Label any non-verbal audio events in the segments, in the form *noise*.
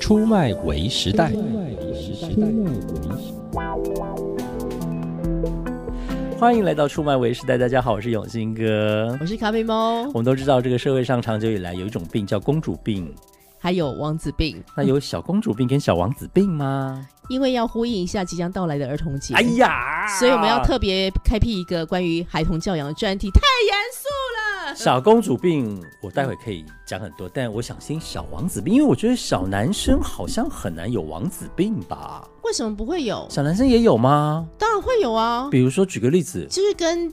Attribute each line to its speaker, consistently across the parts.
Speaker 1: 出卖为时代。欢迎来到出卖为时代，大家好，我是永新哥。
Speaker 2: 我是咖啡猫
Speaker 1: 我，们都知道，这个社会上长久以来有一种病叫公主病。
Speaker 2: 还有王子病，
Speaker 1: 那有小公主病跟小王子病吗？
Speaker 2: 因为要呼应一下即将到来的儿童节，
Speaker 1: 哎呀，
Speaker 2: 所以我
Speaker 1: *laughs*
Speaker 2: 们要特别开辟一个关于孩童教养的专题，太严肃了。
Speaker 1: 小公主病，我待会可以讲很多，但我想先小王子病，因为我觉得小男生好像很难有王子病吧？
Speaker 2: 为什么不会有？
Speaker 1: 小男生也有吗？
Speaker 2: 当然会有啊，
Speaker 1: 比如说，举个例子，
Speaker 2: 就是跟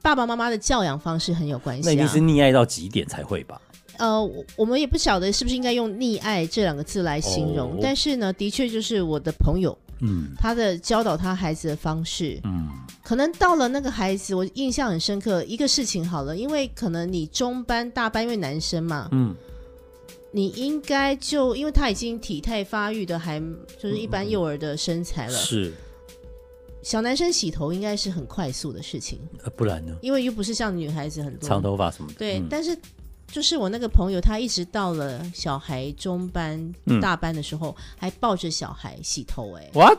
Speaker 2: 爸爸妈妈的教养方式很有关
Speaker 1: 那一
Speaker 2: 系
Speaker 1: 定
Speaker 2: 啊
Speaker 1: 是。溺爱到极点才会吧？
Speaker 2: 呃，我我们也不晓得是不是应该用溺爱这两个字来形容，
Speaker 1: 哦
Speaker 2: 但是呢，的确就是我的朋友
Speaker 1: 嗯
Speaker 2: 他的教导他孩子的方式，
Speaker 1: 嗯，
Speaker 2: 可能到了那个孩子，我印象很深刻一个事情好了，因为可能你中班、大班，因为男生嘛，
Speaker 1: 嗯，
Speaker 2: 你应该就因为他已经体态发育的还就是一般幼儿的身材了，
Speaker 1: 嗯是，
Speaker 2: 小男生洗头应该是很快速的事情，
Speaker 1: 呃，不然呢？
Speaker 2: 因为又不是像女孩子很多
Speaker 1: 长头发什么的，
Speaker 2: 对，
Speaker 1: 嗯
Speaker 2: 但是就是我那个朋友，他一直到了小孩中班、
Speaker 1: 嗯
Speaker 2: 大班的时候，还抱着小孩洗头、哎，
Speaker 1: what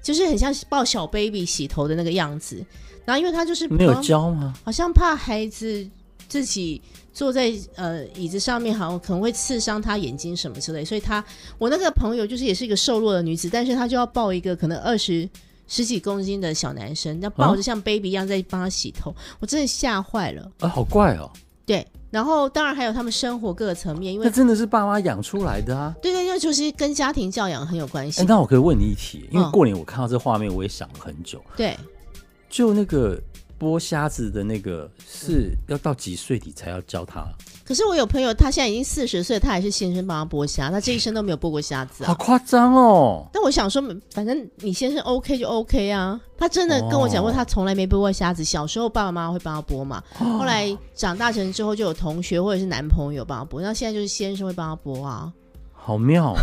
Speaker 2: 就是很像抱小 baby 洗头的那个样子。然后因为他就是
Speaker 1: 没有
Speaker 2: 帮
Speaker 1: 教吗？
Speaker 2: 好像怕孩子自己坐在呃椅子上面，好像可能会刺伤他眼睛什么之类，所以他我那个朋友就是也是一个瘦弱的女子，但是她就要抱一个可能二十十几公斤的小男生，那
Speaker 1: 哦
Speaker 2: 抱着像 baby 一样在帮他洗头，我真的吓坏了。
Speaker 1: 啊，好怪哦，
Speaker 2: 对，然后当然还有他们生活各个层面，因
Speaker 1: 那
Speaker 2: 为
Speaker 1: 真的是爸妈养出来的啊。
Speaker 2: *laughs* 对对，那就是跟家庭教养很有关系
Speaker 1: 哎，。那我可以问你一题，因为
Speaker 2: 嗯
Speaker 1: 过年我看到这画面，我也想了很久。
Speaker 2: 对，
Speaker 1: 就那个剥虾子的那个，是要到几岁你才要教他？
Speaker 2: 可是我有朋友，他现在已经四十岁，他还是先生帮他剥虾，他这一生都没有剥过虾子啊
Speaker 1: 好。夸张哦！
Speaker 2: 但我想说，反正你先生 OK 就 OK 啊。他真的跟我讲过，
Speaker 1: 哦
Speaker 2: 他从来没剥过虾子。小时候爸爸妈妈会帮他剥嘛，
Speaker 1: 哦
Speaker 2: 后来长大成之后就有同学或者是男朋友帮他剥，那现在就是先生会帮他剥啊。
Speaker 1: 好妙哦！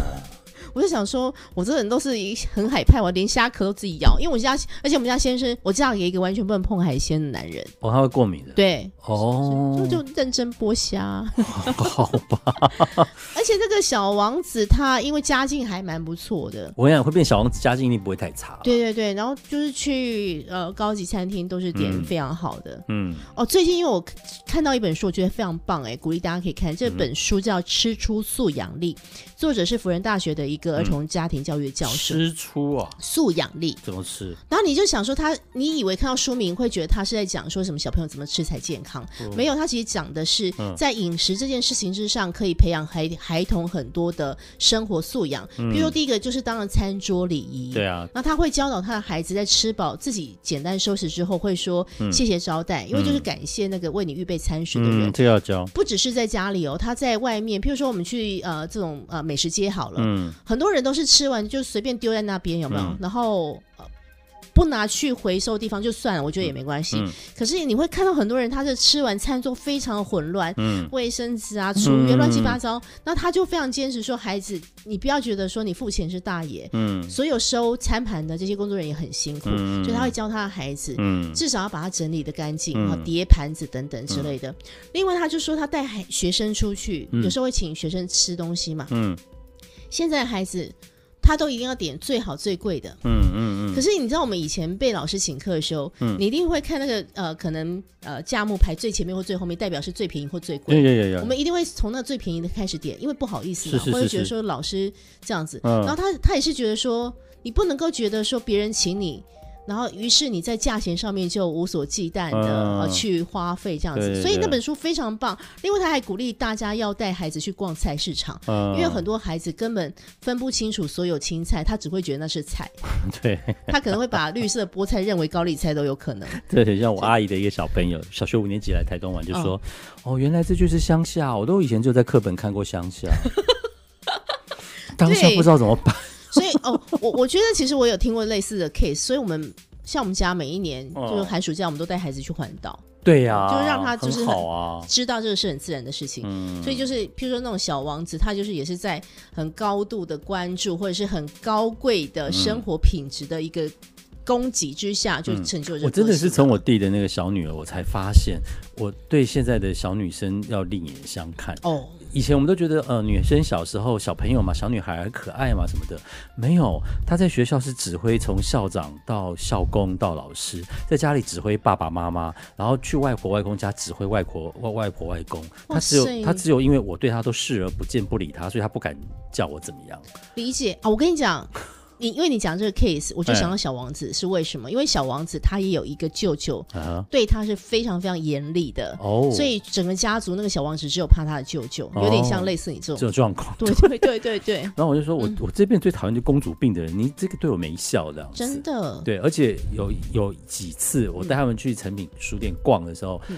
Speaker 2: 我就想说，我这人都是一很海派，我连虾壳都自己咬，因为我家，而且我们家先生，我嫁给一个完全不能碰海鲜的男人，
Speaker 1: 哦，他会过敏的。
Speaker 2: 对，
Speaker 1: 哦
Speaker 2: 就，就认真剥虾。 *laughs*
Speaker 1: 好吧，
Speaker 2: 而且这个小王子他因为家境还蛮不错的，
Speaker 1: *laughs* 我跟你讲，会变小王子家境一定不会太差。，
Speaker 2: 对对对，然后就是去呃高级餐厅都是点
Speaker 1: 嗯
Speaker 2: 非常好的。
Speaker 1: 嗯，
Speaker 2: 哦，最近因为我看看到一本书，我觉得非常棒哎，鼓励大家可以看这本书，叫《吃出素养力》，作者是辅仁大学的一个儿童家庭教育的教授。
Speaker 1: 吃出啊，
Speaker 2: 素养力，
Speaker 1: 怎么吃？
Speaker 2: 然后你就想说他，你以为看到书名会觉得他是在讲说什么小朋友怎么吃才健康，没有，他其实讲的是
Speaker 1: 嗯
Speaker 2: 在饮食这件事情之上，可以培养孩孩童很多的生活素养。
Speaker 1: 嗯
Speaker 2: 比如说第一个就是当然餐桌礼仪，
Speaker 1: 对啊，
Speaker 2: 那他会教导他的孩子在吃饱自己简单收拾之后，会说谢谢招待，因为就是感谢那个为你预备餐食的人。
Speaker 1: 嗯，这要教。
Speaker 2: 不只是在家里哦，他在外面，譬如说我们去呃这种呃美食街好了，
Speaker 1: 嗯，
Speaker 2: 很多人都是吃完就随便丢在那边，有没有？
Speaker 1: 嗯
Speaker 2: 然后、呃、不拿去回收地方就算了，我觉得也没关系。
Speaker 1: 嗯
Speaker 2: 可是你会看到很多人，他是吃完餐之后非常混乱，
Speaker 1: 嗯
Speaker 2: 卫生纸啊、厨余乱七八糟，那他就非常坚持说，孩子，你不要觉得说你付钱是大爷，
Speaker 1: 嗯
Speaker 2: 所有收餐盘的这些工作人员也很辛苦，
Speaker 1: 嗯
Speaker 2: 所以他会教他的孩子。
Speaker 1: 嗯
Speaker 2: 至少要把它整理的干净，
Speaker 1: 嗯
Speaker 2: 然后叠盘子等等之类的。另外，他就说他带孩学生出去，
Speaker 1: 嗯
Speaker 2: 有时候会请学生吃东西嘛。
Speaker 1: 嗯
Speaker 2: 现在孩子他都一定要点最好最贵的。
Speaker 1: 嗯嗯嗯嗯
Speaker 2: 可是你知道，我们以前被老师请客的时候，你一定会看那个呃，可能呃价目排最前面或最后面，代表是最便宜或最贵
Speaker 1: 对。对对
Speaker 2: 我
Speaker 1: 对，
Speaker 2: 们一定会从那最便宜的开始点，因为不好意思
Speaker 1: 是
Speaker 2: 嘛，
Speaker 1: 是是
Speaker 2: 或者觉得
Speaker 1: 是
Speaker 2: 说老师这样子，
Speaker 1: 嗯
Speaker 2: 然后他他也是觉得说，你不能够觉得说别人请你。然后，于是你在价钱上面就无所忌惮的、
Speaker 1: 嗯
Speaker 2: 呃去花费这样子，
Speaker 1: 对对
Speaker 2: 所以那
Speaker 1: 对
Speaker 2: 本书非常棒。另外，他还鼓励大家要带孩子去逛菜市场，
Speaker 1: 嗯
Speaker 2: 因为很多孩子根本分不清楚所有青菜，他只会觉得那
Speaker 1: *laughs*
Speaker 2: 是菜，
Speaker 1: *laughs* 对
Speaker 2: 他可能会把绿色菠菜认为高丽菜都有可能。
Speaker 1: 对对，像我阿姨的一个小朋友，小学五年级来台东玩，就说：“
Speaker 2: 嗯
Speaker 1: 哦，原来这就是乡下，我都以前就在课本看过乡
Speaker 2: *laughs*
Speaker 1: 下。”当下不知道怎么办，
Speaker 2: 所以哦，我我觉得其实我有听过类似的 case，所以我们像我们家每一年、
Speaker 1: 哦
Speaker 2: 就是寒暑假，我们都带孩子去环岛，
Speaker 1: 对呀、
Speaker 2: 就让他就是
Speaker 1: 很好啊，
Speaker 2: 知道这个是很自然的事情。
Speaker 1: 嗯，
Speaker 2: 所以就是，譬如说那种小王子，他就是也是在很高度的关注，或者是很高贵的生活品质的一个供给之下，就成就这
Speaker 1: 嗯
Speaker 2: 个
Speaker 1: 我真的
Speaker 2: 个性
Speaker 1: 是从我弟的那个小女儿，我才发现我对现在的小女生要另眼相看。
Speaker 2: 哦，
Speaker 1: 以前我们都觉得，呃，女生小时候小朋友嘛，小女孩可爱嘛什么的，没有，她在学校是指挥从校长到校工到老师，在家里指挥爸爸妈妈，然后去外婆外公家指挥外婆外外婆外公。她只
Speaker 2: 哇塞
Speaker 1: 有她只有因为我对她都视而不见不理她，所以她不敢叫我怎么样。
Speaker 2: 理解啊！我跟你讲，你因为你讲这个 case，我就想到小王子是为什么？因为小王子他也有一个舅舅，
Speaker 1: 啊，
Speaker 2: 对他是非常非常严厉的，
Speaker 1: 哦，
Speaker 2: 所以整个家族那个小王子只有怕他的舅舅，有点像类似你这
Speaker 1: 这种
Speaker 2: 种。
Speaker 1: 状况。
Speaker 2: 对嗯对对对
Speaker 1: *laughs*
Speaker 2: 对，
Speaker 1: 然后我就说我、我这边最讨厌就公主病的人，你这个对我没效这样子。
Speaker 2: 真的。
Speaker 1: 对，而且有有几次我带他们去诚品书店逛的时候，
Speaker 2: 嗯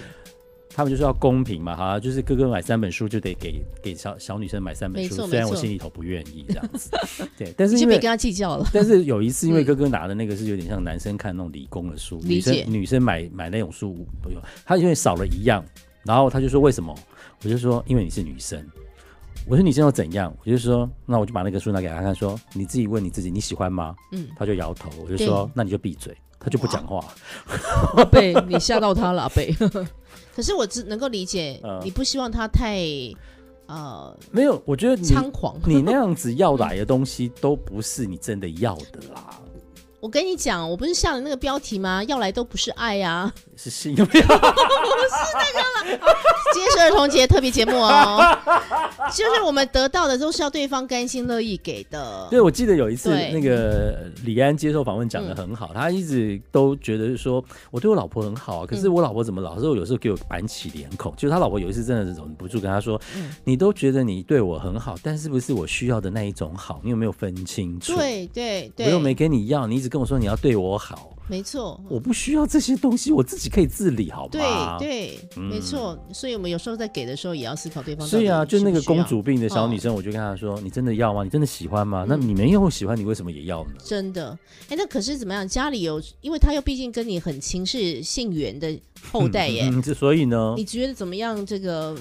Speaker 1: 他们就说要公平嘛，哈，就是哥哥买三本书就得给给小小女生买三本
Speaker 2: 没
Speaker 1: 书，
Speaker 2: 错
Speaker 1: 虽然
Speaker 2: 没
Speaker 1: 我
Speaker 2: 错
Speaker 1: 心里头不愿意这样子， *laughs* 对，但是
Speaker 2: 你就
Speaker 1: 因
Speaker 2: 别
Speaker 1: 为
Speaker 2: 跟。他计较了，
Speaker 1: 但是有一次，因为
Speaker 2: 嗯
Speaker 1: 哥哥拿的那个是有点像男生看那种理工的书，
Speaker 2: 理
Speaker 1: 女生
Speaker 2: 解
Speaker 1: 女生买买那种书不用，他因为少了一样，然后他就说为什么？我就说因为你是女生，我说女生又怎样？我就说那我就把那个书拿给他看，说你自己问你自己你喜欢吗？
Speaker 2: 嗯，
Speaker 1: 他就摇头，我就
Speaker 2: 对
Speaker 1: 说那你就闭嘴，他就不讲话。
Speaker 2: 阿贝，你吓到他了，阿贝。 *laughs* 可是我只能够理解，
Speaker 1: 嗯
Speaker 2: 你不希望他太呃
Speaker 1: 没有，我觉得你
Speaker 2: 猖狂。
Speaker 1: 你那样子要来的东西都不是你真的要
Speaker 2: *laughs*
Speaker 1: 的啦，
Speaker 2: *laughs* 我跟你讲，我不是下了那个标题吗？要来都不是爱啊！
Speaker 1: 是性有没有？
Speaker 2: 今天是儿童节特别节目
Speaker 1: *laughs*
Speaker 2: 哦，就是我们得到的都是要对方甘心乐意给
Speaker 1: *laughs*
Speaker 2: 的。
Speaker 1: 对，我记得有一次
Speaker 2: 对嗯
Speaker 1: 那个李安接受访问讲的很好，他一直都觉得说我对我老婆很好
Speaker 2: 嗯
Speaker 1: 啊，可是我老婆怎么老是有时候给我板起脸孔？就是他老婆有一次真的是忍不住跟他说，
Speaker 2: 嗯
Speaker 1: 你都觉得你对我很好，但是不是我需要的那一种好？你有没有分清楚？
Speaker 2: 对对
Speaker 1: 我
Speaker 2: 对，
Speaker 1: 又没跟你要，你一直跟我说你要对我好。
Speaker 2: 没错，
Speaker 1: 我不需要这些东西，我自己可以自理，好吗？
Speaker 2: 对对，没错。所以我们有时候在给的时候，也要思考对方到
Speaker 1: 嗯所
Speaker 2: 底需不需
Speaker 1: 以
Speaker 2: 要。嗯
Speaker 1: 啊，就那个公主病的小女生，我就跟她说：“你真的要吗？你真的喜欢吗？那你没有喜欢，你为什么也要呢
Speaker 2: 真的，哎，那可是怎么样？家里有，因为他又毕竟跟你很亲，是姓袁的后？”代耶。
Speaker 1: 嗯，这所以呢，
Speaker 2: 你觉得怎么样？这个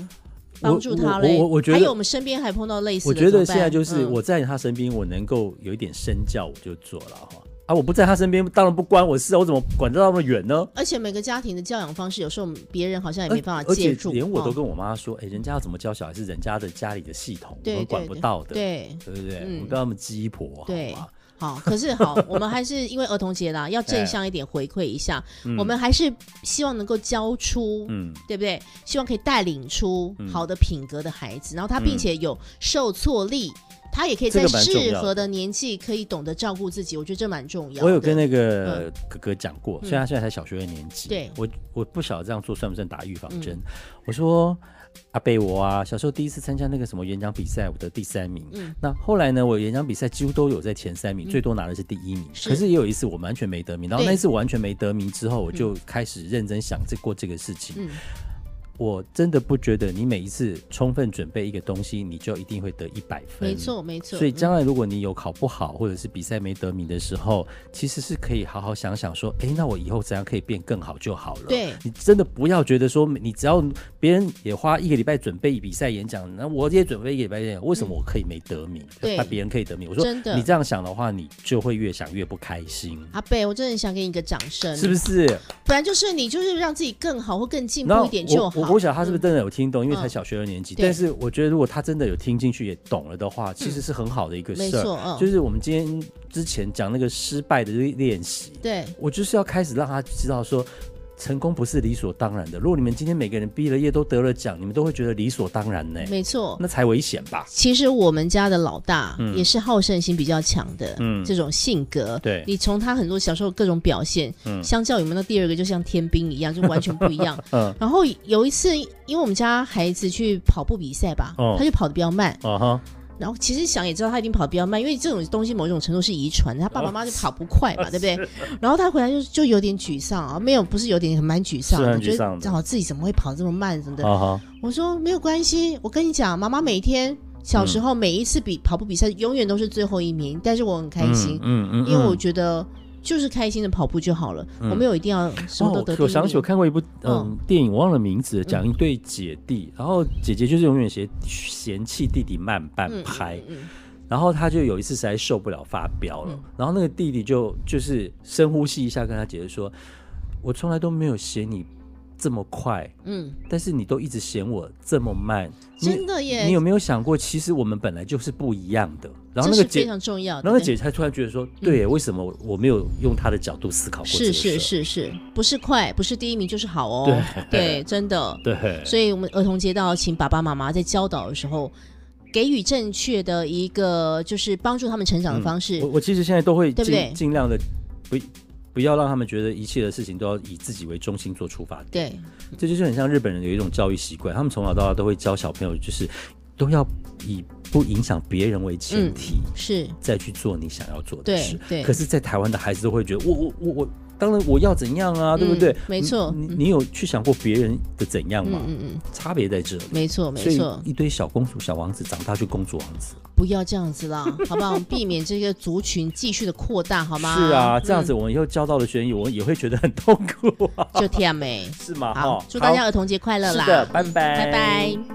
Speaker 2: 帮助他
Speaker 1: 我
Speaker 2: 嘞？
Speaker 1: 我我觉得
Speaker 2: 还有我们身边还碰到类似的，
Speaker 1: 我觉
Speaker 2: 怎么
Speaker 1: 得现
Speaker 2: 办
Speaker 1: 在就是
Speaker 2: 嗯
Speaker 1: 我在她身边，我能够有一点身教，我就做了哈。啊，我不在她身边，当然不关我事啊，我怎么管得那么远呢？
Speaker 2: 而且每个家庭的教养方式，有时候我们别人好像也
Speaker 1: 而
Speaker 2: 没办法
Speaker 1: 而且
Speaker 2: 借助，
Speaker 1: 连我都
Speaker 2: 哦
Speaker 1: 跟我妈说：“哎，人家要怎么教小孩是人家的家里的系统，我
Speaker 2: 对
Speaker 1: 们管
Speaker 2: 对
Speaker 1: 不到的，
Speaker 2: 对。
Speaker 1: 对不对？
Speaker 2: 嗯
Speaker 1: 我们不要那么鸡婆，好
Speaker 2: 对
Speaker 1: 吗？
Speaker 2: 好，可是好，我们还是因为儿童节啦，要
Speaker 1: 哎
Speaker 2: 正向一点回馈一下，我们还是希望能够教出，
Speaker 1: 嗯，
Speaker 2: 对不对？希望可以带领出好的品格的孩子，然后他并且有受挫力，他也可以
Speaker 1: 嗯这
Speaker 2: 在
Speaker 1: 个蛮重要的
Speaker 2: 适合的年纪可以懂得照顾自己，我觉得这蛮重要的。嗯
Speaker 1: 我有跟那个哥哥讲过，虽然他现在才小学的年纪，
Speaker 2: 对嗯
Speaker 1: 我我不晓得这样做算不算打预防针。我说阿贝我啊，小时候第一次参加那个什么演讲比赛，我得第三名。
Speaker 2: 嗯
Speaker 1: 那后来呢，我演讲比赛几乎都有在前三名，最多拿的是第一名。
Speaker 2: 是
Speaker 1: 可是也有一次我完全没得名，然后
Speaker 2: 对
Speaker 1: 那一次我完全没得名之后，我就开始认真想这过这个事情。
Speaker 2: 嗯
Speaker 1: 我真的不觉得你每一次充分准备一个东西，你就一定会得一百分。
Speaker 2: 没错没错，嗯
Speaker 1: 所以将来如果你有考不好，或者是比赛没得名的时候，其实是可以好好想想说，诶，那我以后怎样可以变更好就好了。
Speaker 2: 对
Speaker 1: 你真的不要觉得说，你只要别人也花一个礼拜准备比赛演讲，那我也准备一个礼拜演讲，为什么我可以没得名？
Speaker 2: 对
Speaker 1: 那别人可以得名。我
Speaker 2: 真
Speaker 1: 说
Speaker 2: 的
Speaker 1: 你这样想的话，你就会越想越不开心，
Speaker 2: 阿贝，我真的想给你一个掌声，
Speaker 1: 是不是？
Speaker 2: 本来就是你，就是让自己更好或更进
Speaker 1: 然
Speaker 2: 步
Speaker 1: 后
Speaker 2: 一点就
Speaker 1: 我
Speaker 2: 好。
Speaker 1: 我我想他是不是真的有听懂？因为
Speaker 2: 嗯
Speaker 1: 才小学二年级，
Speaker 2: 对嗯
Speaker 1: 但是我觉得如果他真的有听进去也懂了的话，其实是很好的一个
Speaker 2: 没
Speaker 1: 事儿。啊
Speaker 2: 错，嗯，
Speaker 1: 就是我们今天之前讲那个失败的练习，
Speaker 2: 对，
Speaker 1: 我就是要开始让他知道说，成功不是理所当然的。如果你们今天每个人毕了业都得了奖，你们都会觉得理所当然呢、
Speaker 2: 没错。
Speaker 1: 那才危险吧？
Speaker 2: 其实我们家的老大也是好胜心比较强的，
Speaker 1: 嗯
Speaker 2: 这种性格。
Speaker 1: 对
Speaker 2: 你从他很多小时候各种表现，相较于我们的第二个，就像天兵一样，就完全不一样。
Speaker 1: *laughs* 嗯
Speaker 2: 然后有一次，因为我们家孩子去跑步比赛吧，
Speaker 1: 哦
Speaker 2: 他就跑得比较慢。
Speaker 1: 啊哈，
Speaker 2: 然后其实想也知道他一定跑得比较慢，因为这种东西某种程度是遗传的，他爸爸妈
Speaker 1: 哦
Speaker 2: 妈就跑不快
Speaker 1: *laughs*
Speaker 2: 嘛，对不对？然后他回来就就有点沮丧啊，没有不是有点很蛮沮丧
Speaker 1: 是
Speaker 2: 的，
Speaker 1: 很
Speaker 2: 觉
Speaker 1: 沮丧
Speaker 2: 得
Speaker 1: 的
Speaker 2: 正好自己怎么会跑这么慢什么的。
Speaker 1: 啊哈，
Speaker 2: 我说没有关系，我跟你讲，妈妈每天小
Speaker 1: 嗯
Speaker 2: 时候每一次比、跑步比赛永远都是最后一名，但是我很开心，
Speaker 1: 嗯嗯
Speaker 2: 因为我觉得就是开心的跑步就好了，我没有一定要什么都
Speaker 1: 哦
Speaker 2: 得，第一
Speaker 1: 我想起我
Speaker 2: 名。
Speaker 1: 看过一部嗯
Speaker 2: 嗯
Speaker 1: 电影，我忘了名字，讲一对姐弟，然后姐姐就是永远嫌嫌弃弟弟慢半拍，
Speaker 2: 嗯，
Speaker 1: 然后他就有一次实在受不了发飙了，
Speaker 2: 嗯
Speaker 1: 然后那个弟弟就就是深呼吸一下，跟他姐姐说：“我从来都没有嫌你这么快，
Speaker 2: 嗯，
Speaker 1: 但是你都一直嫌我这么慢，你
Speaker 2: 真的耶，
Speaker 1: 你有没有想过，其实我们本来就是不一样的？然后那个
Speaker 2: 这是非
Speaker 1: 姐，
Speaker 2: 常重要的。嗯
Speaker 1: 然后那姐才突然觉得说，对耶，为什么我没有用她的角度思考过这
Speaker 2: 是
Speaker 1: 个
Speaker 2: 是
Speaker 1: 事？
Speaker 2: 是是，不是快，不是第一名就是好哦。
Speaker 1: 对
Speaker 2: 真的。
Speaker 1: 对，
Speaker 2: 所以我们儿童街道，请爸爸妈妈在教导的时候，给予正确的一个就是帮助他们成长的方式。
Speaker 1: 嗯我我其实现在都会
Speaker 2: 对不对
Speaker 1: 尽尽量的不不要让他们觉得一切的事情都要以自己为中心做出发点。
Speaker 2: 对，
Speaker 1: 这就是很像日本人有一种教育习惯，他们从小到大都会教小朋友，就是都要以不影响别人为前提，
Speaker 2: 是，
Speaker 1: 再去做你想要做的
Speaker 2: 对
Speaker 1: 事。
Speaker 2: 嗯对
Speaker 1: 可是，在台湾的孩子都会觉得，我我我我，当然我要怎样啊，对不对？
Speaker 2: 嗯没错
Speaker 1: 你你你有去想过别人的怎样吗？
Speaker 2: 嗯嗯，
Speaker 1: 差别在这里。
Speaker 2: 没错没
Speaker 1: 所以
Speaker 2: 错，
Speaker 1: 一堆小公主、小王子长大就公主王子，
Speaker 2: 不要这样子啦，好不好？我们避免这个族群继续的扩大，好嗯
Speaker 1: *laughs*
Speaker 2: 吗？
Speaker 1: 是啊，这样子我们以后教到的学员，我也会觉得很痛苦啊，
Speaker 2: 就天美。
Speaker 1: 是吗？
Speaker 2: 好
Speaker 1: 哈，
Speaker 2: 祝大
Speaker 1: 好
Speaker 2: 家儿童节快乐啦！
Speaker 1: 是的拜
Speaker 2: 嗯
Speaker 1: 拜
Speaker 2: 拜拜。